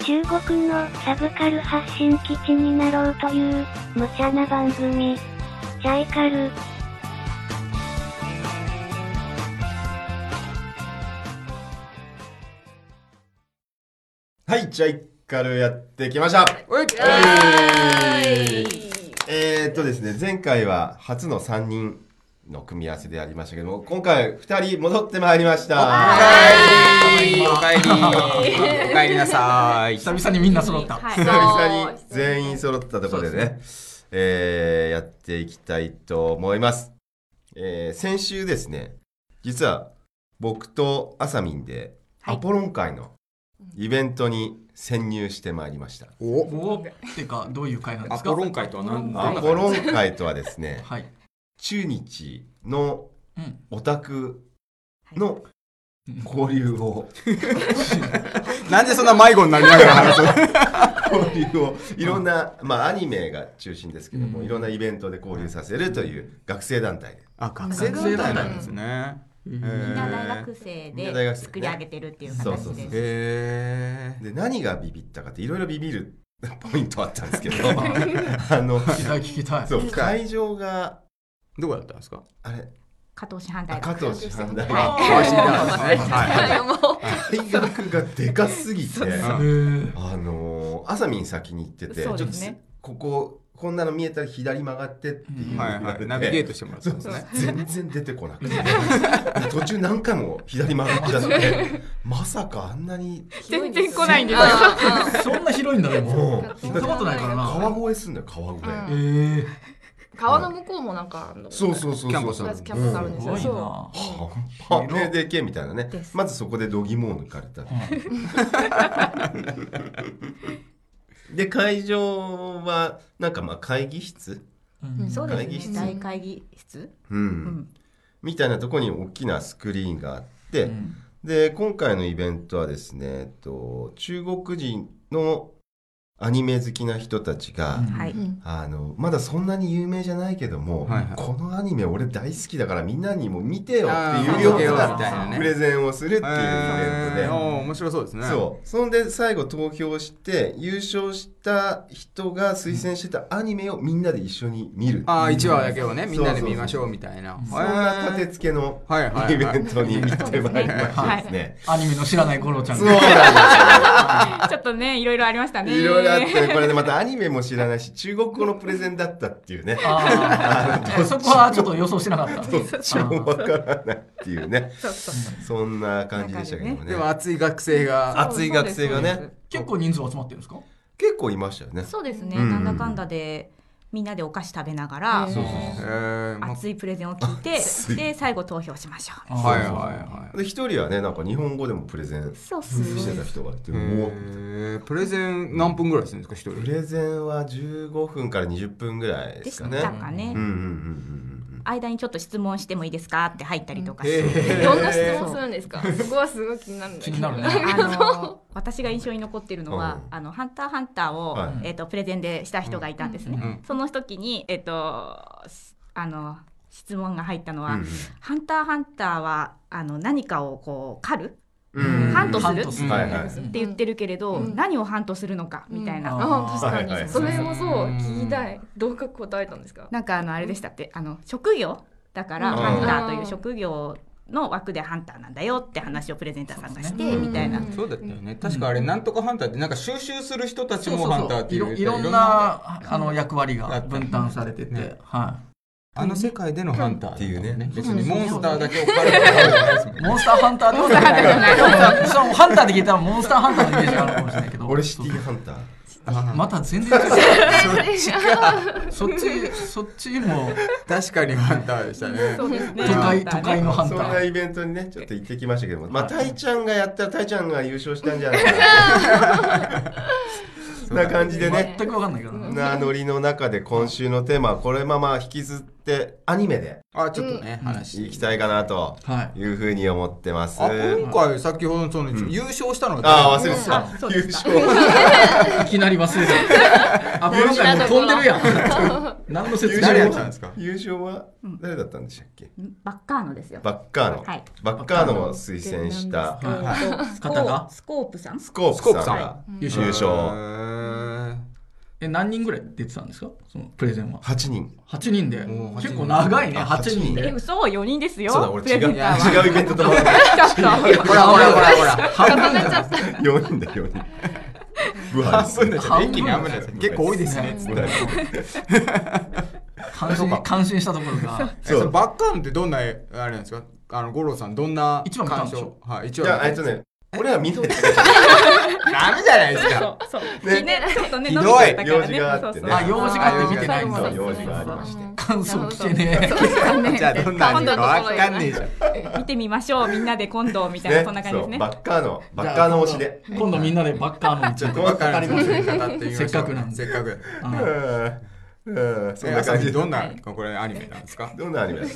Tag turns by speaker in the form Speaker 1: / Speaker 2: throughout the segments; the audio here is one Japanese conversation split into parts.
Speaker 1: 中国のサブカル発信基地になろうという、無茶な番組。チャイカル。
Speaker 2: はい、じゃあ、一回やってきました。
Speaker 3: おい
Speaker 2: えー、っとですね、前回は初の3人の組み合わせでありましたけども、今回2人戻ってまいりました。
Speaker 3: おかえりおかえりなさい
Speaker 4: 久々にみんな揃った。
Speaker 2: 久々に全員揃ったところでね、えーやっていきたいと思います。えー先週ですね、実は僕とあさみんで、アポロン会のイベントに潜入してまいりました。
Speaker 3: お
Speaker 4: おってかどういう会なんで
Speaker 3: ア
Speaker 4: すか。
Speaker 3: ポロン会とは何
Speaker 2: ア
Speaker 3: だ
Speaker 2: ポロン会とはですね、
Speaker 4: はい。
Speaker 2: 中日の
Speaker 4: うん
Speaker 2: オタクの交流を、
Speaker 3: なんでそんな迷子になりながら話すの
Speaker 2: 交流をいろんな、まあアニメが中心ですけども、
Speaker 4: うん
Speaker 2: いろんなイベントで交流させるという学生団体で、
Speaker 3: あ学生団体なんですねみん
Speaker 5: みんな大学生
Speaker 2: みんな大
Speaker 5: で
Speaker 2: 学生ね
Speaker 5: 作り上げてるっていう
Speaker 2: そう
Speaker 5: 形
Speaker 2: そうそう
Speaker 5: です。
Speaker 3: へ
Speaker 2: で何がビビったかっていろいろビビる ポイントあったんですけど あの
Speaker 4: 聞きたい聞きたい。
Speaker 2: そう会場が
Speaker 3: ーどこだったんですか
Speaker 2: あれ
Speaker 5: 加藤師範
Speaker 2: あ
Speaker 5: 大
Speaker 2: 加
Speaker 5: 学。
Speaker 2: 藤師範大
Speaker 4: は
Speaker 2: 学
Speaker 4: い
Speaker 3: 川島なんですねはい
Speaker 2: 大学がでかすぎて
Speaker 3: う
Speaker 4: へ
Speaker 2: あのーあさみん先に行ってて、
Speaker 5: そうです
Speaker 2: ちょっ
Speaker 5: ね
Speaker 2: とこここんなの見えたら左曲がってっていう、
Speaker 3: はいはいナビゲートしてもらったんです
Speaker 2: そう
Speaker 3: ね
Speaker 2: 全然出てこなくて途中何回も左曲がっちゃってまさかあんなに
Speaker 5: 全然来ないんです
Speaker 4: え。そんな広いんだでも。
Speaker 2: うん
Speaker 4: 行ったことないからな。
Speaker 2: 川越すんだよ川越、
Speaker 4: えー、
Speaker 6: 川の向こうもなんかあの
Speaker 2: そうそうそうそう
Speaker 3: キャンパスある
Speaker 6: キャンパスあるんです
Speaker 4: すご
Speaker 6: よ
Speaker 4: い
Speaker 6: そう
Speaker 4: な。
Speaker 2: 半端ねえでけえみたいなね
Speaker 6: です
Speaker 2: まずそこで度肝を抜かれた、で会場はなんかまあ会議室、
Speaker 4: うん
Speaker 5: そう
Speaker 2: 会
Speaker 5: で
Speaker 2: 議
Speaker 5: す
Speaker 2: 室
Speaker 5: ね。大会議室。
Speaker 2: うんみたいなとこに大きなスクリーンがあって、
Speaker 4: うん
Speaker 2: で今回のイベントはですね、えっと、中国人のアニメ好きな人たちが、
Speaker 5: はい。
Speaker 2: あのまだそんなに有名じゃないけども、
Speaker 3: はいはい
Speaker 2: このアニメ俺大好きだからみんなにも見てよって
Speaker 3: あ
Speaker 2: い
Speaker 3: ー
Speaker 2: うよ
Speaker 3: 見てよ
Speaker 2: う
Speaker 3: み
Speaker 2: な
Speaker 3: たいなね
Speaker 2: プレゼンをするっていうイベントで、
Speaker 3: えーおー面白そうですね
Speaker 2: そうそんで最後投票して優勝した人が推薦してたアニメをみんなで一緒に見る
Speaker 3: ああ1話だけをねみんなで見ましょうみたいな
Speaker 2: そんな立て付けの
Speaker 3: はいはいはい
Speaker 2: イベントに行ってまいりましたですね。
Speaker 4: アニメの知らない五郎ちゃん
Speaker 2: そう
Speaker 4: が。
Speaker 2: なんで
Speaker 5: ちょっとね、いろいろありました
Speaker 2: すよ。いろいろあって、これでまたアニメも知らないし、中国語のプレゼンだったっていうね。
Speaker 4: あーそこはちょっと予想してなかった。
Speaker 2: どっ ちもわからないっていうね。そんな感じでしたけどもね。
Speaker 3: でも熱い学生が
Speaker 2: 熱い学生がね、
Speaker 4: 結構人数集まってるんですか。
Speaker 2: 結構いましたよね。
Speaker 5: そうですね。
Speaker 2: うん
Speaker 5: なんだかんだでみんなでお菓子食べながら
Speaker 2: そうそう
Speaker 3: えーま
Speaker 5: 熱いプレゼンを聞いて
Speaker 2: 熱い
Speaker 5: で最後投票しましょう。
Speaker 4: あー
Speaker 3: はいはいはい
Speaker 2: で、一人はね、なんか日本語でもプレゼン
Speaker 5: そうす
Speaker 2: してた人がいて、もう、
Speaker 3: えープレゼン何分ぐらいするんですか一人
Speaker 2: プレゼンは15分から20分ぐらいで
Speaker 5: でし
Speaker 2: す
Speaker 5: た
Speaker 2: かね。
Speaker 5: かね
Speaker 2: うん。うんうんうん
Speaker 5: 間にちょっと質問してもいいですかって入ったりとか
Speaker 3: へ
Speaker 5: して。
Speaker 3: ー
Speaker 6: どんな質問するんで すかそこはすごい気になるんだ
Speaker 4: 気
Speaker 6: け
Speaker 4: に
Speaker 6: ど
Speaker 4: なるね。
Speaker 5: あの私が印象に残ってるのは「
Speaker 2: うん
Speaker 5: あのハンターハンターを」
Speaker 2: はい
Speaker 5: えー、とプレゼンでした人がいたんですね、
Speaker 3: うん
Speaker 5: その時に、えー、とすあの質問が入ったの
Speaker 2: うん
Speaker 5: は「ハンターハンターはあの何かをこう狩る?」
Speaker 2: うんうん。
Speaker 5: ハントする
Speaker 2: うんはいはい
Speaker 5: って言ってるけれど、
Speaker 6: うん
Speaker 5: 何をハントするのかみたいな、
Speaker 4: うん
Speaker 6: あ確かに、
Speaker 2: はいはい
Speaker 6: それもそう聞きたいどうか答えたんですか
Speaker 5: なんかあのあれでしたってあの職業だから、
Speaker 2: うん
Speaker 5: ハンターという職業の枠でハンターなんだよって話をプレゼンターさんがして、
Speaker 2: うん
Speaker 5: みたいな、
Speaker 6: うん
Speaker 3: そうだったよね確かあれなんとかハンターってなんか収集する人たちもハンターって
Speaker 4: い
Speaker 3: いう
Speaker 4: ろいろんなあの役割が分担されて
Speaker 3: ね
Speaker 4: て、は
Speaker 3: あの世界でのハンターだ
Speaker 2: っていうね
Speaker 3: 別にモンスターだけを狩るってことじゃないですもん
Speaker 4: い。
Speaker 3: ね
Speaker 4: モンスターハンターではない。そうハンターで聞いたらモンスターハンターのイメージがあるかもしれないけど。
Speaker 2: 俺シティハンター。
Speaker 4: また全然違う。そっちそっちも
Speaker 3: 確かにハンターでしたね
Speaker 5: そうですね
Speaker 4: 都会都会のハン
Speaker 2: そ
Speaker 4: タ
Speaker 2: んな
Speaker 4: ー。
Speaker 2: イベントにね、ちょっと行ってきましたけども、まあ、
Speaker 4: はい
Speaker 2: たいちゃんがやったら、たいちゃんが優勝したんじゃないかな。そんな感じでね、
Speaker 4: 全くわかんないけどね。
Speaker 2: なノリの中で今週のテーマは、これまあまあ引きずっってアニメで
Speaker 3: あ、ちょっとね、
Speaker 4: うん
Speaker 3: 話。
Speaker 2: 行きたいかなと
Speaker 4: はい
Speaker 2: いうふうに思ってます。
Speaker 3: あ、今回、先ほど、その、
Speaker 2: ん
Speaker 3: 優勝したのが誰
Speaker 2: あー忘れてた、
Speaker 5: あそう
Speaker 2: 優
Speaker 5: でした
Speaker 2: 勝
Speaker 4: いきなり忘れて アポロ会もう飛んでるやん何の説明
Speaker 3: 誰や
Speaker 4: も
Speaker 3: ったんですか
Speaker 2: 優勝は
Speaker 5: うん
Speaker 2: 誰だったんでしたっけ、
Speaker 5: バッカーノですよ。
Speaker 2: バッカーノ、
Speaker 5: はい
Speaker 2: バッカーノを推薦した
Speaker 5: えーとスコ
Speaker 4: 方が
Speaker 5: スコープさん
Speaker 2: スコープさんが
Speaker 3: スコープさ
Speaker 4: 優
Speaker 2: 優
Speaker 4: 勝
Speaker 2: 勝
Speaker 4: え何人ぐらい出てたんですかそのプレゼンは
Speaker 2: 8人
Speaker 4: 8人で
Speaker 3: おー
Speaker 4: 結構長いね
Speaker 2: あ
Speaker 4: 8人
Speaker 2: え
Speaker 4: で
Speaker 5: そう4人ですよ
Speaker 2: そうだ俺違う
Speaker 5: プレゼンター は
Speaker 2: 違うイベントと回って
Speaker 3: ほらほらほらほ ら。
Speaker 4: 半分だった
Speaker 2: 4人だ4人ブハ
Speaker 3: 半
Speaker 2: です
Speaker 3: 分だじゃない一気に半
Speaker 4: 半
Speaker 3: 分
Speaker 4: 分
Speaker 3: だ
Speaker 4: だ
Speaker 3: じゃない結構多いですね。つって。
Speaker 4: 感動か感心したところが
Speaker 3: えそのバッカーンってどんなあれなんですかあの五郎さんどんな
Speaker 4: 一番見たんでしょ
Speaker 3: はい一
Speaker 2: い
Speaker 3: 番
Speaker 2: やえっ
Speaker 3: 見た
Speaker 2: とね俺は見ないです
Speaker 3: ダメじゃないですか
Speaker 5: そうそう、
Speaker 2: ね
Speaker 5: ねちょっとね
Speaker 3: ひど
Speaker 5: 伸
Speaker 3: い
Speaker 5: びちゃったか
Speaker 2: 用
Speaker 5: ら
Speaker 2: 事
Speaker 5: ね
Speaker 2: があ
Speaker 5: そ
Speaker 2: っ
Speaker 5: う
Speaker 2: て
Speaker 5: そ
Speaker 2: ね
Speaker 5: う
Speaker 4: あ用事があって見てないん
Speaker 2: そ
Speaker 4: だ
Speaker 2: う用事がありまして
Speaker 4: 感想聞けねえ
Speaker 3: じゃあどんな味かわかんねえ じゃん
Speaker 5: 見てみましょうみんなで今度みたいな、そんな感じです
Speaker 2: そう
Speaker 5: ね
Speaker 2: バッカーノバッカーノ推しで
Speaker 4: 今度今度みんなでバッカーのにつ
Speaker 3: ちょ
Speaker 4: い
Speaker 3: ってとわかりません
Speaker 4: せっかくなんで
Speaker 3: せっかく
Speaker 4: あ
Speaker 2: うんうんそ
Speaker 3: え
Speaker 2: んな
Speaker 3: 朝
Speaker 2: 感
Speaker 3: 日
Speaker 2: じ
Speaker 3: どんなこれアニメなんですか
Speaker 2: どんなアニメわ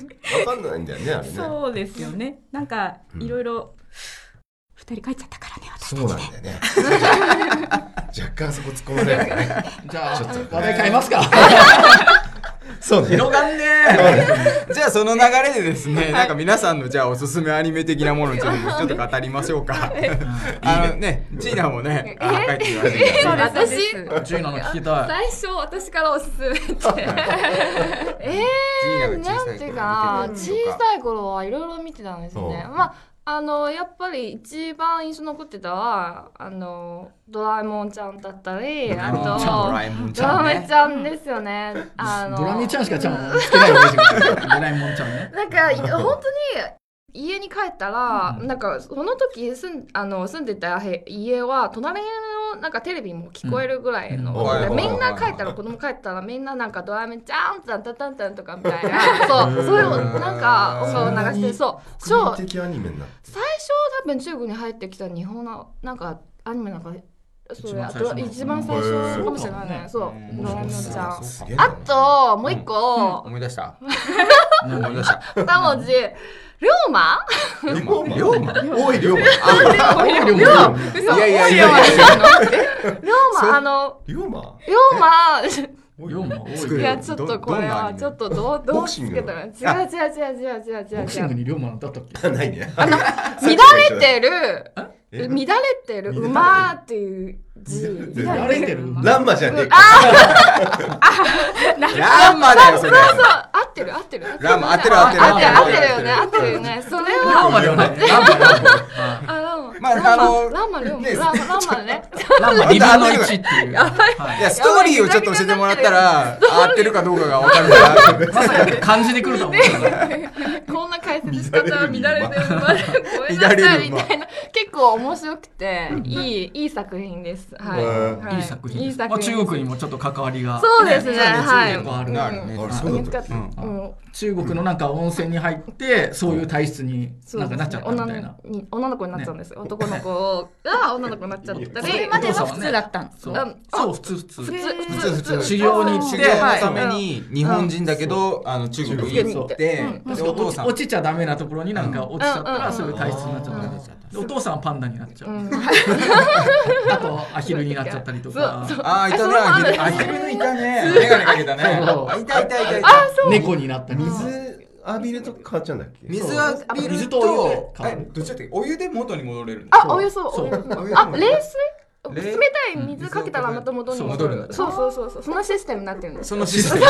Speaker 2: かんないんだよねあれね
Speaker 5: そうですよねなんかいろいろ二人帰っちゃったからね私
Speaker 2: そうなんだよね若干そこ突っ込まれるからね
Speaker 4: じゃ
Speaker 2: ちょっ
Speaker 4: あ
Speaker 2: と
Speaker 4: 話題変えますか
Speaker 2: そうね
Speaker 4: 広がんね
Speaker 3: じゃあその流れでですねなんか皆さんのじゃあおすすめアニメ的なものについてちょっと語りましょう かあのねジーナもねあ帰ってきましたけど
Speaker 6: 私
Speaker 4: えジュイナの聞きたい
Speaker 6: 最初私からおすすめって え
Speaker 3: ジ
Speaker 6: ー、
Speaker 3: ーナが
Speaker 6: な
Speaker 3: 小さ
Speaker 6: ん
Speaker 3: い
Speaker 6: ていう
Speaker 3: 頃
Speaker 6: か
Speaker 3: 見てた
Speaker 6: 小
Speaker 3: やつとか
Speaker 6: さい頃はいろいろ見てたんですね
Speaker 2: うん
Speaker 6: まああのやっぱり一番印象残ってたはあのドラえもんちゃんだったりあ
Speaker 4: ドちゃん
Speaker 3: ド
Speaker 6: と
Speaker 3: ラえもんち
Speaker 6: ド
Speaker 3: ゃ
Speaker 6: ラ
Speaker 3: ん
Speaker 6: メ
Speaker 3: ね
Speaker 6: ちゃんですよね。あの
Speaker 4: ドラミちゃんしかちゃんつけないイメージがドラえもんちゃんね
Speaker 6: なんかい本当に家に帰ったら、
Speaker 4: うん
Speaker 6: なんかその時住んあの住んでたへ家は隣のなんかテレビも聞こえるぐらいの、
Speaker 2: うん
Speaker 6: で
Speaker 2: うん
Speaker 6: みんな帰ったら子供帰ったらみんななんかドラえもんちゃんたんたんたんたんとかみたいなそうそういうなんか音楽を流してそう
Speaker 2: 国
Speaker 6: そ
Speaker 2: 民
Speaker 6: う
Speaker 2: 的アニメになって
Speaker 6: 最初多分中国に入ってきた日本のなんかアニメなんかそれ
Speaker 4: 一番最初なのかな
Speaker 6: 一番最初かもしれないね、
Speaker 4: へー
Speaker 6: そう
Speaker 3: うん
Speaker 6: ドラえもんちゃん
Speaker 2: すげえな
Speaker 6: あともう一個、
Speaker 3: 思い出した
Speaker 4: なん
Speaker 3: 思い
Speaker 4: か
Speaker 3: 出した
Speaker 6: 二文字龍馬
Speaker 2: 龍馬
Speaker 3: 龍馬
Speaker 2: おい龍馬
Speaker 4: 龍馬
Speaker 6: 嘘
Speaker 3: いやいやいや
Speaker 6: 龍馬ですよ龍
Speaker 2: そう
Speaker 6: 馬あの
Speaker 2: 龍馬
Speaker 6: 龍馬
Speaker 4: 龍馬多い
Speaker 3: 作
Speaker 6: い
Speaker 3: る
Speaker 6: やちょっとこれはちょっとどうど
Speaker 2: ボ
Speaker 6: う
Speaker 2: クシン
Speaker 6: つ
Speaker 2: グ
Speaker 6: けたら違う違う違う違う違う違う
Speaker 4: ボクシングに龍馬だったっけ
Speaker 2: ないね
Speaker 6: 乱れてる
Speaker 2: え
Speaker 6: 乱れて
Speaker 2: 乱れ
Speaker 6: る
Speaker 2: てる
Speaker 6: 馬っていう字
Speaker 2: 乱
Speaker 4: や
Speaker 2: れ
Speaker 4: れてる
Speaker 2: ランマじゃねえか
Speaker 3: ランマだよそれ
Speaker 6: そう合ってる合ってる合ってる
Speaker 3: ランマ合ってる合ってる
Speaker 6: 合ってる合ってるよね
Speaker 3: 合
Speaker 6: 合
Speaker 3: っ
Speaker 6: ってて
Speaker 3: る
Speaker 6: るよねそれ
Speaker 4: ラン
Speaker 6: は
Speaker 4: マではない。ランマランマ。
Speaker 6: あランマ
Speaker 3: まああの
Speaker 6: ランマ龍馬
Speaker 3: ね
Speaker 6: ランマランマね
Speaker 4: ランマ二分の一って いう。はい
Speaker 3: いや、ストーリーをちょっと教えてもらったら、合ってるかどうかが分かるから。
Speaker 4: まさか感じで来るとは思ってな かっ
Speaker 6: こんな解説し方は乱れてる馬でごめ
Speaker 3: 乱
Speaker 6: んなさ
Speaker 3: れ
Speaker 6: い
Speaker 3: る
Speaker 6: み
Speaker 3: 馬
Speaker 6: たいな結構面白くていいいい作品ですはい、
Speaker 2: うん
Speaker 6: は
Speaker 4: た。いい作品。
Speaker 6: いい作
Speaker 4: まあ
Speaker 6: 品です
Speaker 4: 中国にもちょっと関わりが。
Speaker 6: そうですね
Speaker 4: ね
Speaker 6: はい
Speaker 4: 結構ある
Speaker 3: なるね
Speaker 2: あれ
Speaker 6: う
Speaker 2: そ
Speaker 6: ん
Speaker 2: うだ
Speaker 6: 見
Speaker 2: っ
Speaker 6: つ
Speaker 2: たっ
Speaker 6: かっ
Speaker 2: け
Speaker 6: た、うん
Speaker 4: 中国のなんか温泉に入ってそういう体質に
Speaker 6: そう
Speaker 4: な
Speaker 6: で
Speaker 4: んかな
Speaker 6: すね
Speaker 4: っちゃったみたいな。
Speaker 6: 女の女の子になっちゃうんですよ、男の子が女の子になっちゃったり
Speaker 5: それまでは普通だったんです
Speaker 4: そううんそう普通普通。
Speaker 6: 普通
Speaker 3: 普通普通
Speaker 4: 修行に行っ
Speaker 3: 修
Speaker 4: て
Speaker 3: 行のために、日本人だけど、あの、中国に行って、で、
Speaker 4: なんか
Speaker 3: お父
Speaker 4: 落ち
Speaker 3: さん。
Speaker 4: 落ちちゃダメなところになんか落ちちゃった
Speaker 6: うんうんう
Speaker 4: ら
Speaker 6: ん
Speaker 4: そういう体質になっちゃ
Speaker 3: うん
Speaker 4: ったでお父さんはパンダになっちゃ
Speaker 6: う
Speaker 4: う。
Speaker 6: ん
Speaker 4: あとアヒルになっちゃったりとか。
Speaker 3: ああ、いたね、アヒル。アヒルいたね。メガネかけたね。あいたいたいたいた。
Speaker 4: 猫になったりとか。
Speaker 2: 水浴びると変わっちゃうんだっけ
Speaker 3: 水はビールと、え、どっちだっけお湯で元に戻れるん
Speaker 6: あお湯そう
Speaker 4: そう
Speaker 6: お湯
Speaker 3: お湯
Speaker 6: あ冷
Speaker 3: 冷
Speaker 6: 水冷たい水かけたらまた戻る
Speaker 3: そう戻るんだ
Speaker 6: そうそうそうそうそのシステムになってるんです
Speaker 3: そのシステム。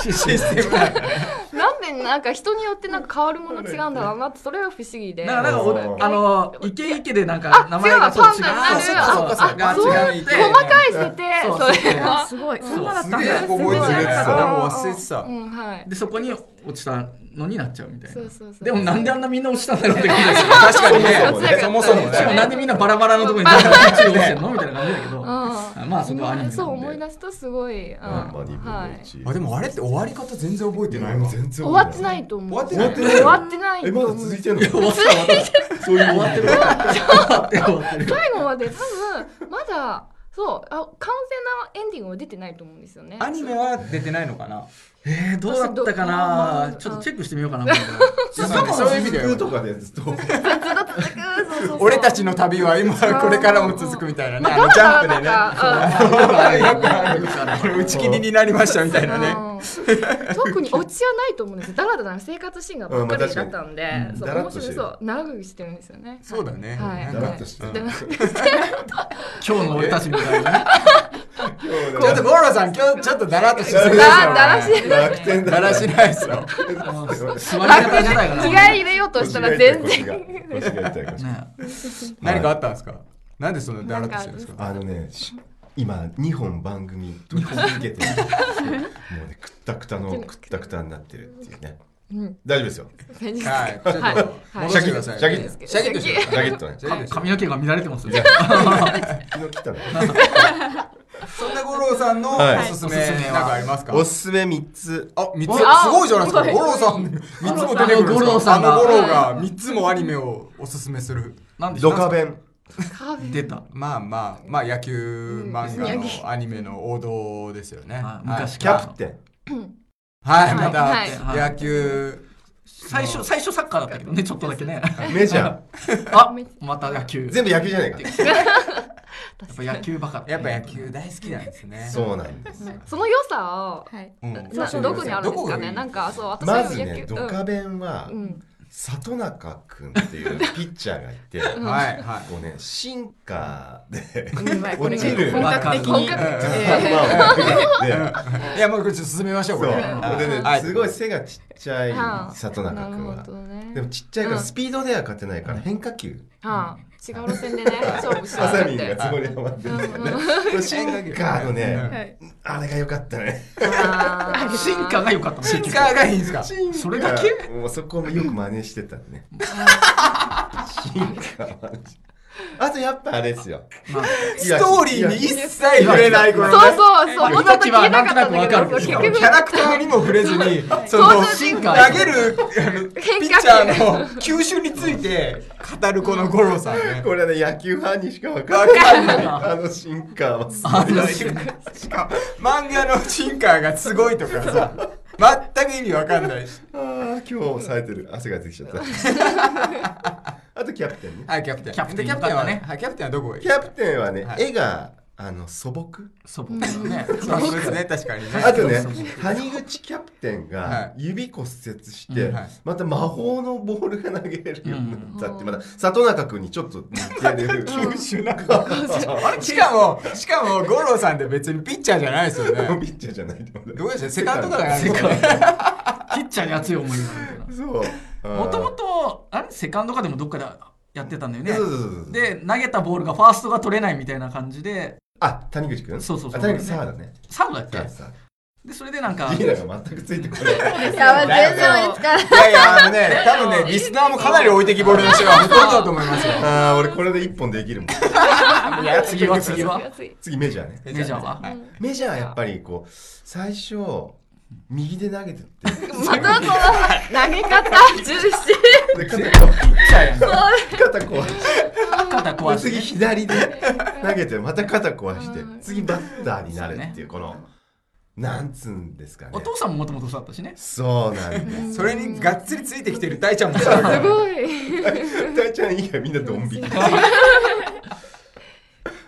Speaker 3: システムなんだね。
Speaker 6: なんでなんか人によってなんか変わるもの違うんだろうなってそれは不思議で
Speaker 4: なんか、なんかお
Speaker 2: そう
Speaker 4: あの、イケイケでなんか、名前
Speaker 6: 違う
Speaker 4: が
Speaker 6: わ
Speaker 4: そう違う。
Speaker 6: パンダになる
Speaker 4: そうそうそう
Speaker 3: あそう
Speaker 4: が違って。
Speaker 3: そう
Speaker 6: 細かい設定
Speaker 4: そう
Speaker 6: それ
Speaker 5: あ
Speaker 6: は
Speaker 5: すごい
Speaker 4: そう
Speaker 5: そんなだっ
Speaker 3: す
Speaker 5: たん
Speaker 3: げえ
Speaker 5: だ
Speaker 3: 覚えてるやつ
Speaker 6: そう
Speaker 3: だ。もう忘れてた
Speaker 6: う。んはい
Speaker 4: で、そこに落ちたのになっちゃうみたいな。
Speaker 6: そうそうそう
Speaker 4: でも、なんであんなみんな落ちたんだろうって聞いたんですよ。
Speaker 3: 確かにね、そもそも
Speaker 4: しかも
Speaker 3: ね。
Speaker 4: なんでみんなバラバラのところに何で落ちてんのみたいな感じだけど。
Speaker 6: う
Speaker 4: まあ、そこはアニメなんで。
Speaker 6: そう思い出すとすごい、うん
Speaker 2: ランマ二分
Speaker 6: は
Speaker 2: の
Speaker 6: い、
Speaker 2: 一
Speaker 3: あ、でもあれって終わり方全然覚えてないわ。
Speaker 2: 全然
Speaker 6: 終わってないと思う
Speaker 3: 終わってない
Speaker 6: 終わってない
Speaker 2: え
Speaker 6: と
Speaker 2: まだ
Speaker 6: 思う
Speaker 2: 続いてんの
Speaker 4: 終わった終わった。そういう終わってる。終わってる終わってる。
Speaker 6: 最後まで多分まだそうあ完全なエンディングは出てないと思うんですよね
Speaker 3: アニメは出てないのかな
Speaker 4: えー、どうだったかな
Speaker 6: 私どう
Speaker 4: ちょっとチェックしてみようかな。
Speaker 2: なんかそういう意味
Speaker 3: そういう意味だよ
Speaker 2: でとかでずっと
Speaker 3: 俺たちの旅は今これからも続くみたいなねあのジャンプでね
Speaker 6: ね。
Speaker 3: これ打ち切りになりましたみたいなね
Speaker 6: うん特にオチはないと思うんですよ。だらだら生活シーンがばっかりだったんで、
Speaker 4: うん
Speaker 2: ま
Speaker 6: そう
Speaker 2: あ確かにうんだら
Speaker 6: 面
Speaker 2: っと
Speaker 6: 白
Speaker 2: してる
Speaker 6: そう長くしてるんですよね。
Speaker 3: そうだね
Speaker 6: はい
Speaker 3: なん
Speaker 2: だ
Speaker 3: から
Speaker 2: っとしてる
Speaker 6: でも
Speaker 4: 今日の俺たちみたいなね。
Speaker 3: ちょっとゴーラさん今日ちょっとだらっとしすぎですよ
Speaker 6: だだらしい
Speaker 2: 楽天
Speaker 3: だらしないですよ
Speaker 4: 座り方じゃないかな。
Speaker 6: 気合入れようとしたら全然。
Speaker 2: 然腰が痛い腰が
Speaker 4: ね
Speaker 3: 何かあったんですかなんでそんなだらっとしてるんですか
Speaker 2: あのねし今2本番組取り続 けてるもうねくったくたのくったくたになってるっていうね
Speaker 6: うん
Speaker 2: 大丈夫ですよ
Speaker 3: はいちょっと戻してください
Speaker 2: シャキッ
Speaker 3: シャキッとして
Speaker 2: ジャケッ トね
Speaker 3: シャキッとして
Speaker 4: 髪の毛が乱れてますよ。
Speaker 2: 昨日来たの
Speaker 3: そんな五郎さんのお
Speaker 2: はい
Speaker 3: すすめなんかありますか
Speaker 2: おすすめ3つ
Speaker 3: あ、三つ、す
Speaker 6: あ
Speaker 3: ごいじゃないですか。
Speaker 6: す
Speaker 3: 五
Speaker 6: ご
Speaker 3: 郎さ ん、三つも出てくるんですか。
Speaker 4: あの五郎さん
Speaker 3: あ
Speaker 4: が
Speaker 3: の五郎が三つもアニメをおすすめする。
Speaker 4: なんで
Speaker 2: ドカベン
Speaker 6: カフェ
Speaker 4: 出た。
Speaker 3: まあまあ、まあ野球漫 画
Speaker 6: うん
Speaker 3: のアニメの王道ですよね。
Speaker 4: あ
Speaker 3: はい
Speaker 4: 昔
Speaker 2: キャプテン
Speaker 3: はい、
Speaker 6: はい
Speaker 3: また
Speaker 4: はい
Speaker 3: 野球。
Speaker 4: 最初最初サッカーだったけどねちょっとだけね。
Speaker 2: メジャ
Speaker 4: あまた野球。
Speaker 2: ー全部野球じゃないか
Speaker 4: やっぱ野球ばか。
Speaker 3: やっぱ野球大好きなんですね。
Speaker 2: そうなんです
Speaker 6: その良さを
Speaker 7: はい。
Speaker 3: うん。
Speaker 6: などこにあるんですかね。なんかそう私は
Speaker 2: ま
Speaker 6: 野
Speaker 2: ず
Speaker 6: 球
Speaker 2: ねドカベンは
Speaker 6: うんうん
Speaker 2: 里中君って いうピッチャーがいて
Speaker 3: どこがいいはいは
Speaker 2: こうねシンカーで
Speaker 7: これ
Speaker 2: 落ちる
Speaker 7: 本格的
Speaker 6: 本
Speaker 7: に。
Speaker 6: 格
Speaker 3: い
Speaker 6: 的。
Speaker 2: 頭を振って
Speaker 3: うん。いや、もうこれちょっと進めましょう、こ
Speaker 2: そう
Speaker 3: れ。
Speaker 2: でね
Speaker 3: は
Speaker 2: すごい背がちっちゃい
Speaker 6: はい
Speaker 2: 里中
Speaker 6: なる
Speaker 2: 君
Speaker 6: ほ
Speaker 2: は
Speaker 6: どね。
Speaker 2: でもちっちゃいから
Speaker 6: うん
Speaker 2: スピードでは勝てないから変化球
Speaker 6: はあ、違う路線でね、勝負しよう
Speaker 2: ハサミ
Speaker 6: って。
Speaker 2: がつぼにはまってるんだよねこれシンカーのね あれが良かったね
Speaker 6: あ ー
Speaker 4: 進化が良かった。
Speaker 3: シンカーがいいんですか
Speaker 4: それだ
Speaker 2: い
Speaker 4: け
Speaker 2: やもうそこもよく真似してたね進化はあとやっぱあれですよ
Speaker 4: まあ
Speaker 3: ストーリーに一切触れない、これね。
Speaker 6: そうそうそう、
Speaker 4: い
Speaker 6: もうちょっと消えなかったんだ
Speaker 4: 今一番なんとなくわか
Speaker 6: けど、
Speaker 4: る
Speaker 6: そう
Speaker 4: け
Speaker 6: 結
Speaker 4: ど
Speaker 6: 局
Speaker 3: キャラクターにも触れずに、そ
Speaker 6: 登
Speaker 3: の
Speaker 6: 場
Speaker 3: 投
Speaker 6: 人
Speaker 3: げ
Speaker 6: 物
Speaker 3: るあのピ
Speaker 6: 変
Speaker 3: ッ
Speaker 6: 化
Speaker 3: チャーの球種について語るこの五郎さんね。
Speaker 2: これね野球ファンにしかわかんないあのシンカーはすごい
Speaker 3: しかも漫画のシンカーがすごいとかさ、全く意味わかんないし。
Speaker 2: あー今日も冴えてる汗が出てきちゃったあとキャプテンね
Speaker 3: はい、キャプテン。
Speaker 4: キャプテ
Speaker 3: で
Speaker 4: ン
Speaker 3: キャプテンは
Speaker 4: よかっ
Speaker 3: ね
Speaker 4: た。
Speaker 3: はい、キャプテンはどこがいい
Speaker 2: キャプテンはね、
Speaker 3: はい
Speaker 2: 絵があの素朴
Speaker 4: そうね。
Speaker 3: そうそうですね、確かにね。
Speaker 2: あとね谷口キャプテン
Speaker 3: は
Speaker 2: が指骨折して、
Speaker 3: うんはい
Speaker 2: また魔法のボールが投げれるようになったって、また里中君にちょっと似て る
Speaker 3: 球種なんか。あれしかも、しかも五郎さんって別にピッチャーじゃないですよね。
Speaker 2: ピッチャーじゃないと思う
Speaker 3: どうでしょうセカンドとかがある
Speaker 4: セ
Speaker 3: んです
Speaker 4: カ
Speaker 3: か
Speaker 4: ンド。ピッチャーに熱い思いがあるみたい
Speaker 2: そう
Speaker 4: な。もともとあれセカンドかでもどっかでやってたんだよ
Speaker 2: ね
Speaker 4: ね
Speaker 2: そう。そうそうそう
Speaker 4: で投げたボールがファーストが取れないみたいな感じで
Speaker 2: あ谷口君
Speaker 4: そうそうそう
Speaker 2: あ谷口サーだね
Speaker 4: サードだっ
Speaker 2: サーだ
Speaker 4: け
Speaker 2: サー
Speaker 4: でそれでなんか
Speaker 2: だリーダが全くついてこない
Speaker 7: いや全然追いつかない。
Speaker 3: いやいや、あのね、多分ね、リスナーもかなり置いてきぼりの人がほとんどだと思いますよ。
Speaker 2: ああ俺これで一本できるもん
Speaker 4: いや次は次は
Speaker 2: 次メジャーね
Speaker 4: メジャーは
Speaker 2: メジャーはやっぱりこう最初右で投げてって
Speaker 6: またその投げ方重視。
Speaker 2: で肩こう肩こう
Speaker 4: 肩壊して
Speaker 2: 次
Speaker 4: ね
Speaker 2: 左で投げてまた肩壊して次バッターになるっていうこのなんつうんですかね
Speaker 4: お父さんももともとそうだったしね
Speaker 2: そうなん です
Speaker 3: それにがっつりついてきてる大ちゃんもそうだから
Speaker 6: すごい。
Speaker 2: 大ちゃん以外みんなドン引き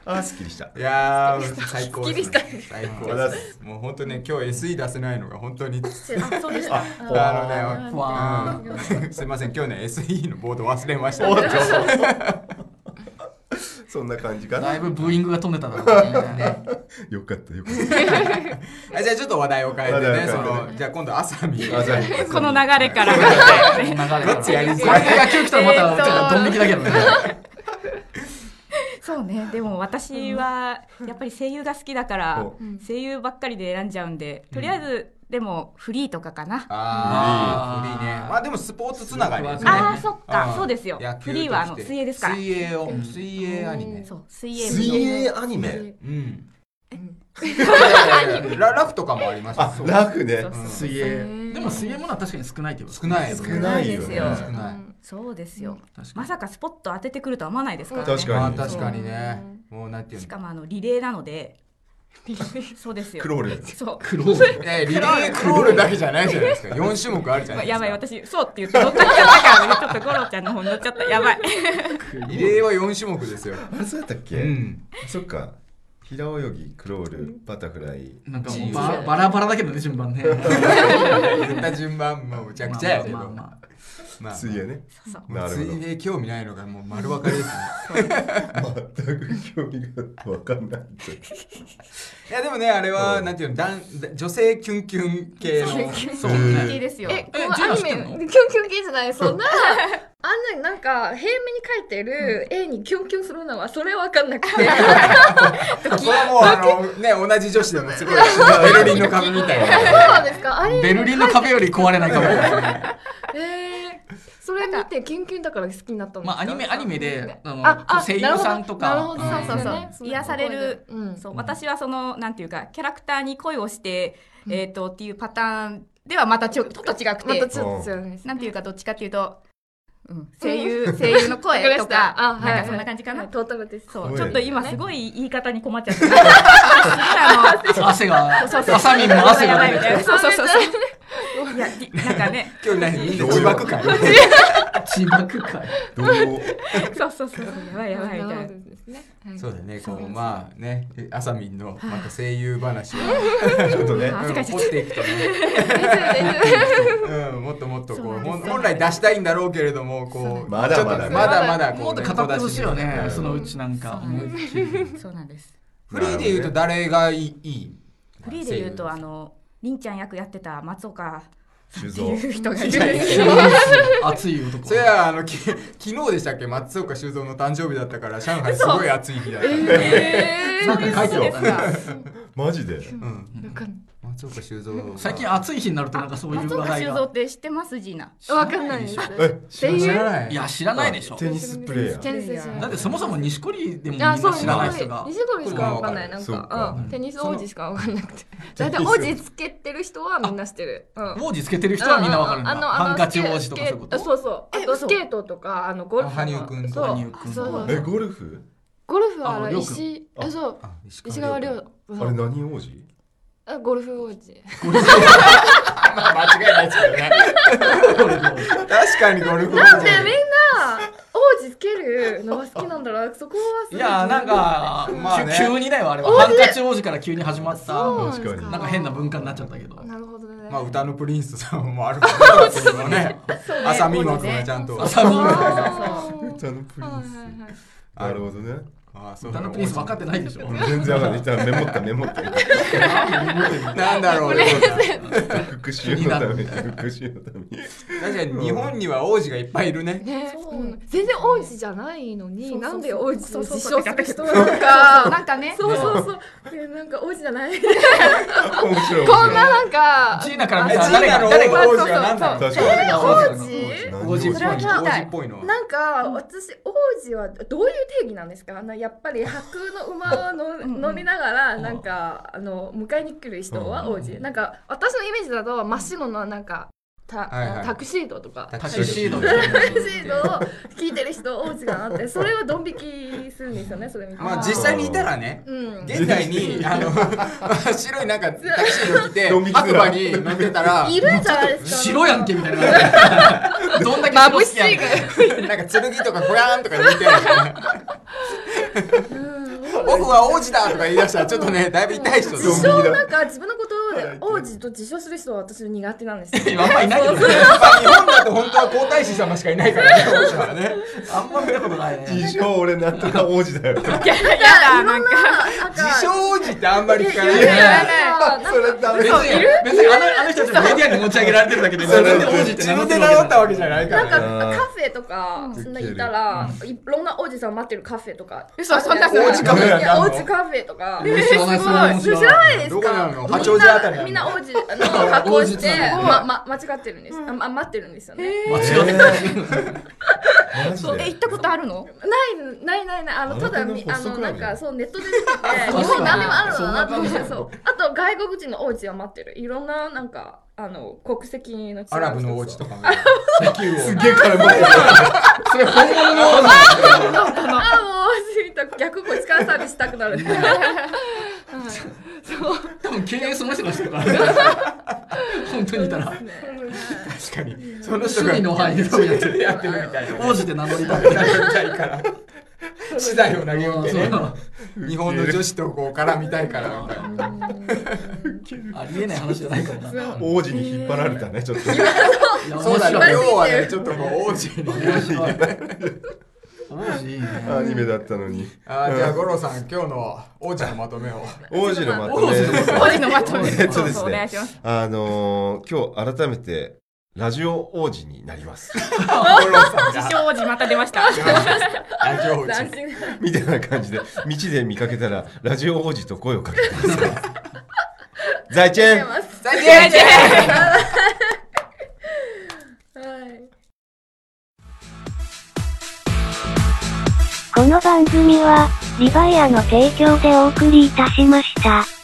Speaker 2: あーすっきりした
Speaker 3: いやー、最高です、ね。最高
Speaker 2: ありがとうござ
Speaker 3: で。
Speaker 2: います
Speaker 3: もう本当ね、今日 SE 出せないのが本当に。
Speaker 7: あ、そうでした。
Speaker 3: あ
Speaker 4: ふわ
Speaker 3: のね、うん すいません、今日ね、SE のボード忘れました。
Speaker 2: おっと
Speaker 3: は
Speaker 2: そんな感じか
Speaker 4: ーだい
Speaker 2: な
Speaker 4: ぶブーイングが飛んでただろう ね
Speaker 2: よかったよかった
Speaker 3: いじゃあちょっと話題を変えて
Speaker 2: 話題
Speaker 3: ね、
Speaker 2: を
Speaker 3: そ
Speaker 2: 変えて
Speaker 3: の、じゃあ今度、朝見。
Speaker 2: あじゃ
Speaker 5: この流れから。
Speaker 4: 流れが
Speaker 3: やりづ
Speaker 4: これ
Speaker 3: らい。
Speaker 4: 野球来たらまたちょっとドン引きだけどね
Speaker 5: そうね、でも私はやっぱり声優が好きだから、声優ばっかりで選んじゃうんで、とりあえず、でもフリーとかかな。
Speaker 3: あー、
Speaker 4: うん
Speaker 3: フリーね。まあでもスポーツつながりですね。
Speaker 5: ああ、そっ
Speaker 3: う
Speaker 5: か、
Speaker 3: ん
Speaker 5: そうですよ
Speaker 3: 野。球
Speaker 5: フリーはあ
Speaker 3: と
Speaker 5: の
Speaker 3: きて
Speaker 5: 水泳ですから。
Speaker 3: 水泳を、水泳アニメ。
Speaker 5: そう、水泳部
Speaker 2: 水泳アニメ
Speaker 3: うん。ララフとかもありました
Speaker 2: あ。ラフね
Speaker 5: そうそう
Speaker 4: 水泳でも水泳ものは確かに少ないってこと
Speaker 3: 少ない
Speaker 2: 少ないよ
Speaker 5: 少ないです
Speaker 2: ね
Speaker 5: よ
Speaker 3: 少ない。
Speaker 5: そうですよ。
Speaker 4: 確か
Speaker 5: まさかスポット当ててくるとは思わないですからね。
Speaker 2: 確かに
Speaker 3: まあ確かにね。もうなんていう
Speaker 5: し
Speaker 3: の。
Speaker 5: かもあのリレーなので、そうですよ
Speaker 2: クロール
Speaker 5: そう
Speaker 4: クロール
Speaker 3: えリレークロールだけじゃないじゃないですか。四種目あるじゃ
Speaker 5: まあ
Speaker 3: ないです
Speaker 5: やばい
Speaker 3: か。
Speaker 5: 私そうって言って乗ったっちゃったからねちょっとゴロちゃんの方に乗っちゃったやばい
Speaker 3: リレーは四種目ですよ。
Speaker 2: あれそうやったっ
Speaker 3: う
Speaker 2: け、
Speaker 3: ん。
Speaker 2: そっか平泳ぎクロールバタフライ
Speaker 4: なんかもうババラバラだけどね順番ね
Speaker 3: 言った順番もむちゃくちゃやけど。
Speaker 4: ま
Speaker 3: ま
Speaker 4: あ
Speaker 3: あ
Speaker 4: まあま
Speaker 3: まあ
Speaker 2: 水泳ね
Speaker 5: そうそう
Speaker 2: なるほ
Speaker 3: 水泳興味ないのがもう丸分かりですね。
Speaker 2: ど全く興味が分かん ない
Speaker 3: いやでもねあれは
Speaker 2: うん
Speaker 3: なんていうの男女性キュンキュン系の。
Speaker 4: あそうね
Speaker 6: ですよ。え、こ
Speaker 4: え
Speaker 6: の
Speaker 4: ジェ
Speaker 6: ア
Speaker 4: ラ
Speaker 6: ニ
Speaker 4: 知ってん
Speaker 6: メ、
Speaker 4: の
Speaker 6: キュンキュン系じゃない、そんな、あんな、なんか、平面に描いてる絵にキュンキュンするのは、それは分かんなくて。
Speaker 3: それはもうあのね同じ女子でもすごいベルリンの壁みたい
Speaker 6: そう
Speaker 3: な。
Speaker 6: なんですかあれ
Speaker 4: ベルリンの壁より壊れないかも
Speaker 6: えー、それ見て、キュンキュンだから好きになったんですか
Speaker 4: まあアニメアニメであの
Speaker 6: ああ
Speaker 4: 声優さんと
Speaker 6: なるほ
Speaker 4: か
Speaker 6: どなるほどそうそう
Speaker 5: そ
Speaker 6: そうう
Speaker 5: 癒される
Speaker 6: うん
Speaker 5: そう私はそのなんていうかキャラクターに恋をして、えっとっていうパターンではまたちょちょっと違く
Speaker 6: ま
Speaker 5: て、
Speaker 6: たちょっと違うんです
Speaker 5: なんていうかどっちかっていうと、うん、声優声優の声とか
Speaker 6: わかりましたあはい
Speaker 5: なんかそんな感じかな、
Speaker 6: はいトータルです
Speaker 5: そ
Speaker 2: お
Speaker 5: う
Speaker 2: い
Speaker 5: ちょっと今すごい言い方に困っちゃってすごいあの
Speaker 4: 汗が
Speaker 5: そうそう
Speaker 4: ハサミも汗
Speaker 5: やば
Speaker 4: が出てき
Speaker 5: いみたいな
Speaker 4: て
Speaker 5: そうそうそうそういやりなんかね
Speaker 3: 今日何みんな自爆か。
Speaker 4: 自爆 か
Speaker 2: どう
Speaker 5: そうそうそうやばいやばいみたいな
Speaker 6: ですね
Speaker 3: そうだねこうまあねあさみんのまた声優話を
Speaker 2: ちょっとね
Speaker 5: 汗かいちゃ
Speaker 3: 掘
Speaker 5: っ
Speaker 3: っていくとね。うん、もっともっとこうほん本来出したいんだろうけれどもこう
Speaker 2: まだまだ
Speaker 3: ちょっと
Speaker 2: ま
Speaker 3: ま
Speaker 6: だ
Speaker 3: だまだ
Speaker 4: も
Speaker 3: こ
Speaker 4: っ
Speaker 3: う
Speaker 4: と
Speaker 3: ね
Speaker 4: 語ってほしいよ
Speaker 3: 小出し
Speaker 4: ね
Speaker 3: に
Speaker 4: そのうちなんか思いっきり
Speaker 5: そうなんです
Speaker 3: フリーで言うと誰がいいいい
Speaker 5: フリーで言うとあの凛ちゃん役やってた松岡
Speaker 2: 酒
Speaker 5: って
Speaker 2: 造
Speaker 5: いう人がいるん
Speaker 3: いやい
Speaker 5: で
Speaker 3: や
Speaker 5: す
Speaker 3: い
Speaker 5: よ
Speaker 3: や
Speaker 4: 熱い男
Speaker 3: それはあのき 昨日でしたっけ松岡修造の誕生日だったから上海すごい暑い日だった、
Speaker 4: なんか書いてあったね
Speaker 2: マジ で
Speaker 3: うん、
Speaker 6: わかん
Speaker 3: 松岡修造
Speaker 4: 最近暑い日になるとなんかそういう
Speaker 5: 松
Speaker 4: 話
Speaker 5: 岡
Speaker 4: 題
Speaker 5: 修造
Speaker 4: が
Speaker 5: って知ってますジーナ
Speaker 6: ないわかんないです
Speaker 2: え知らない
Speaker 6: 声
Speaker 3: 知
Speaker 6: 優
Speaker 3: らない
Speaker 4: いや知らないでしょ
Speaker 2: テニスプレーヤー
Speaker 6: テニスですよ
Speaker 4: だってそもそも錦織でもみん
Speaker 6: あ、
Speaker 4: な
Speaker 6: そう、
Speaker 4: 知らない人が
Speaker 6: 西堀しかわかんない、なん
Speaker 2: そうか
Speaker 6: か、うん、テニス王子しかわかんなくて。だいたい王子つけてる人はみんなしてる。うん。
Speaker 4: 王子つけてる人はみんなわかるんだ
Speaker 6: あの
Speaker 4: ハンカチ王子とかそういうこ
Speaker 6: あ
Speaker 4: と
Speaker 6: そうそう。あとスケートとか、あのゴルフの。
Speaker 3: あ羽生くんと
Speaker 6: そう
Speaker 3: 羽
Speaker 4: 生くん
Speaker 6: そうそう
Speaker 2: えゴルフ
Speaker 6: ゴルフはあ
Speaker 4: あ
Speaker 6: の
Speaker 4: りょうくん
Speaker 6: 石、え、そう。
Speaker 3: あ石
Speaker 6: 石川遼。
Speaker 2: あ
Speaker 6: そ
Speaker 2: れ
Speaker 6: う
Speaker 2: 何王子
Speaker 6: あゴルフ王子。
Speaker 3: まあ間違いないですけどね 確かにゴルフ王子
Speaker 6: で、みんな、王子つけるのが好きなんだろ う。そこはすご
Speaker 4: いやーなんか、
Speaker 3: まあね
Speaker 4: きゅ急にだよあれはハンカチ王子から急に始まった
Speaker 6: そう
Speaker 4: な
Speaker 6: なんです
Speaker 2: 確か
Speaker 6: か。
Speaker 4: んか変な文化になっちゃったけど
Speaker 6: なるほどね。
Speaker 3: まあ歌のプリンスさんもあるからねそれはね
Speaker 5: そうね
Speaker 3: 浅見枠がちゃんと
Speaker 4: 朝見
Speaker 6: あ
Speaker 4: が
Speaker 6: ー
Speaker 2: 歌のプリ
Speaker 6: は
Speaker 2: ン
Speaker 6: いはい
Speaker 2: ス
Speaker 6: はい
Speaker 2: なるほどね
Speaker 3: あそう
Speaker 4: 歌のプリンス分かってないでしょ
Speaker 2: 全然わかんないじゃあメモったメモ った
Speaker 3: なんだろうね
Speaker 2: 復習のために復習のために
Speaker 3: 確かに日本には王子がいっぱいいるね
Speaker 6: ね
Speaker 5: そう
Speaker 6: うん全然王子じゃないの
Speaker 5: そうそうそ
Speaker 6: に
Speaker 5: う
Speaker 6: なんで王子を自
Speaker 5: そうそう
Speaker 6: 称
Speaker 5: そう
Speaker 6: する人 なのか
Speaker 5: なんかね
Speaker 6: そうそうそうえなんか王子じゃないこ
Speaker 2: 面白い面白い
Speaker 6: んななんか
Speaker 4: ジーナから見
Speaker 3: え
Speaker 4: たら
Speaker 3: ジー
Speaker 4: 誰
Speaker 3: ナの
Speaker 4: が誰が
Speaker 3: 王子が何なの
Speaker 2: 確かに
Speaker 4: 王
Speaker 6: 王
Speaker 4: 王
Speaker 6: 子
Speaker 4: 子っぽい
Speaker 6: それは聞きたい
Speaker 3: 王子っぽいのは
Speaker 6: なんか私王子はどういう定義なんですかあのやっぱり白の馬の
Speaker 5: うん
Speaker 6: 乗りながら
Speaker 4: うん
Speaker 6: なんかあの迎えに来る人は
Speaker 4: うん
Speaker 6: 王子なんか私のイメージだと真っ白のなんかた
Speaker 3: はいはい
Speaker 6: タクシードとか
Speaker 3: タ
Speaker 4: タキシード
Speaker 6: タクシードを聞いてる人王子かなってそれをドン引きするんですよねそれ見て
Speaker 3: まあ実際にいたらね
Speaker 6: うん
Speaker 3: 現代にあの 白いなんかタクシード着て
Speaker 2: ドン引きす
Speaker 3: 白
Speaker 2: る
Speaker 3: 馬に乗ってたら
Speaker 6: いるんじゃないですか。
Speaker 4: 白やんけみたいな どんだけ白好きやねん
Speaker 3: なんか剣とかゴヤーンとか言って僕は王子だとか言い出したらちょっとねだいぶ痛い人
Speaker 6: 自
Speaker 3: です
Speaker 2: そう
Speaker 6: 称なんか自分のことで王子と自称する人は私は苦手なんです よ。
Speaker 4: 今あんまいないけどね
Speaker 3: まあ日本だと本当は皇太子様しかいないからね王子はね
Speaker 4: あんま見たことないね
Speaker 2: 自称俺なんとか王子だよ
Speaker 5: やだなんか
Speaker 6: なん
Speaker 3: 自
Speaker 6: か
Speaker 3: 称王子ってあんまり聞かない
Speaker 6: いやいやいや
Speaker 2: それダメ
Speaker 4: 別
Speaker 2: だ
Speaker 4: に別にあのあの人たちもメディアに持ち上げられてるだけで
Speaker 2: そう
Speaker 4: 自分で王子って
Speaker 3: 自
Speaker 4: 名乗っ
Speaker 3: 分
Speaker 4: て
Speaker 3: で
Speaker 4: る
Speaker 3: 習
Speaker 4: わ
Speaker 3: っ
Speaker 4: け
Speaker 3: た
Speaker 4: だ
Speaker 3: わけじゃないか
Speaker 6: なん
Speaker 3: ら
Speaker 6: か
Speaker 3: ね
Speaker 6: カフェとかそんないたらいろんな王子さん待ってるカフェとか。
Speaker 5: 嘘そんなそん
Speaker 3: 王
Speaker 5: な
Speaker 3: 子カフェ
Speaker 6: いや王子カフェとか。
Speaker 4: 面白ない
Speaker 6: すごい知らないです
Speaker 3: どこな
Speaker 6: か。
Speaker 3: の八王子あたりなの
Speaker 6: みんなみんな王子あの格好し
Speaker 3: 王子
Speaker 6: て
Speaker 3: なの
Speaker 6: まま間違ってるんです。あま待ってるんですよね。
Speaker 4: 間違って
Speaker 2: マジ
Speaker 5: え
Speaker 2: で
Speaker 5: 行ったことあるの
Speaker 6: ないないないないあの
Speaker 2: あな
Speaker 6: た
Speaker 2: た
Speaker 6: だ
Speaker 2: の
Speaker 6: み
Speaker 2: ホ
Speaker 6: あ
Speaker 2: スト
Speaker 6: の
Speaker 2: クラ
Speaker 6: なん
Speaker 2: ブ
Speaker 6: かそうネットで見てて
Speaker 4: に
Speaker 6: 日本何でもあるのなと思っ
Speaker 4: そんな感
Speaker 6: て
Speaker 4: じ
Speaker 6: そうあと外国人の王子は待ってるいろんななんかあの国籍の違う人
Speaker 3: アラブの王子と
Speaker 6: か
Speaker 3: かも石油王
Speaker 2: すげえ絡まってる
Speaker 4: それ本物の
Speaker 6: あもう王子と逆こっちからサービスしたくなるはい
Speaker 4: 多分経営その人がしてるから。本当にいたら。
Speaker 3: 確かに。その人
Speaker 4: 趣
Speaker 3: が
Speaker 4: 味の範囲で多分やってる。
Speaker 3: やってるみたいな。
Speaker 4: 王子で名乗りたい。
Speaker 3: みたいから。資材を投げ打ってね。日本の女子とこう絡みたいからみたいな。
Speaker 4: ありえない話じゃないかもな。いや
Speaker 2: 王子に引っ張られたね、ちょっと。
Speaker 3: そうだ
Speaker 4: 面白
Speaker 3: ね。
Speaker 4: い
Speaker 3: 今日はね、ちょっとこう王子に。
Speaker 4: 面白い。面白いね。
Speaker 2: アニメだったのに。
Speaker 3: あーじゃあ五郎さん今日の王子のまとめ を。
Speaker 2: 王子のま
Speaker 4: 王
Speaker 2: とめ。
Speaker 4: 子
Speaker 5: 当時のまとめ。
Speaker 2: えっとですね
Speaker 5: そうそうお願いします。
Speaker 2: あのー、今日改めて、ラジオ王子になります。
Speaker 3: 五郎さ
Speaker 5: 自
Speaker 3: んが。
Speaker 5: 称王子また出ました。
Speaker 3: ラジオ王子。
Speaker 7: 斬新
Speaker 2: みたいな感じで、道で見かけたら、ラジオ王子と声をかけて ください。在チェン
Speaker 3: 再見。
Speaker 7: はい。
Speaker 1: この番組は、リバイアの提供でお送りいたしました。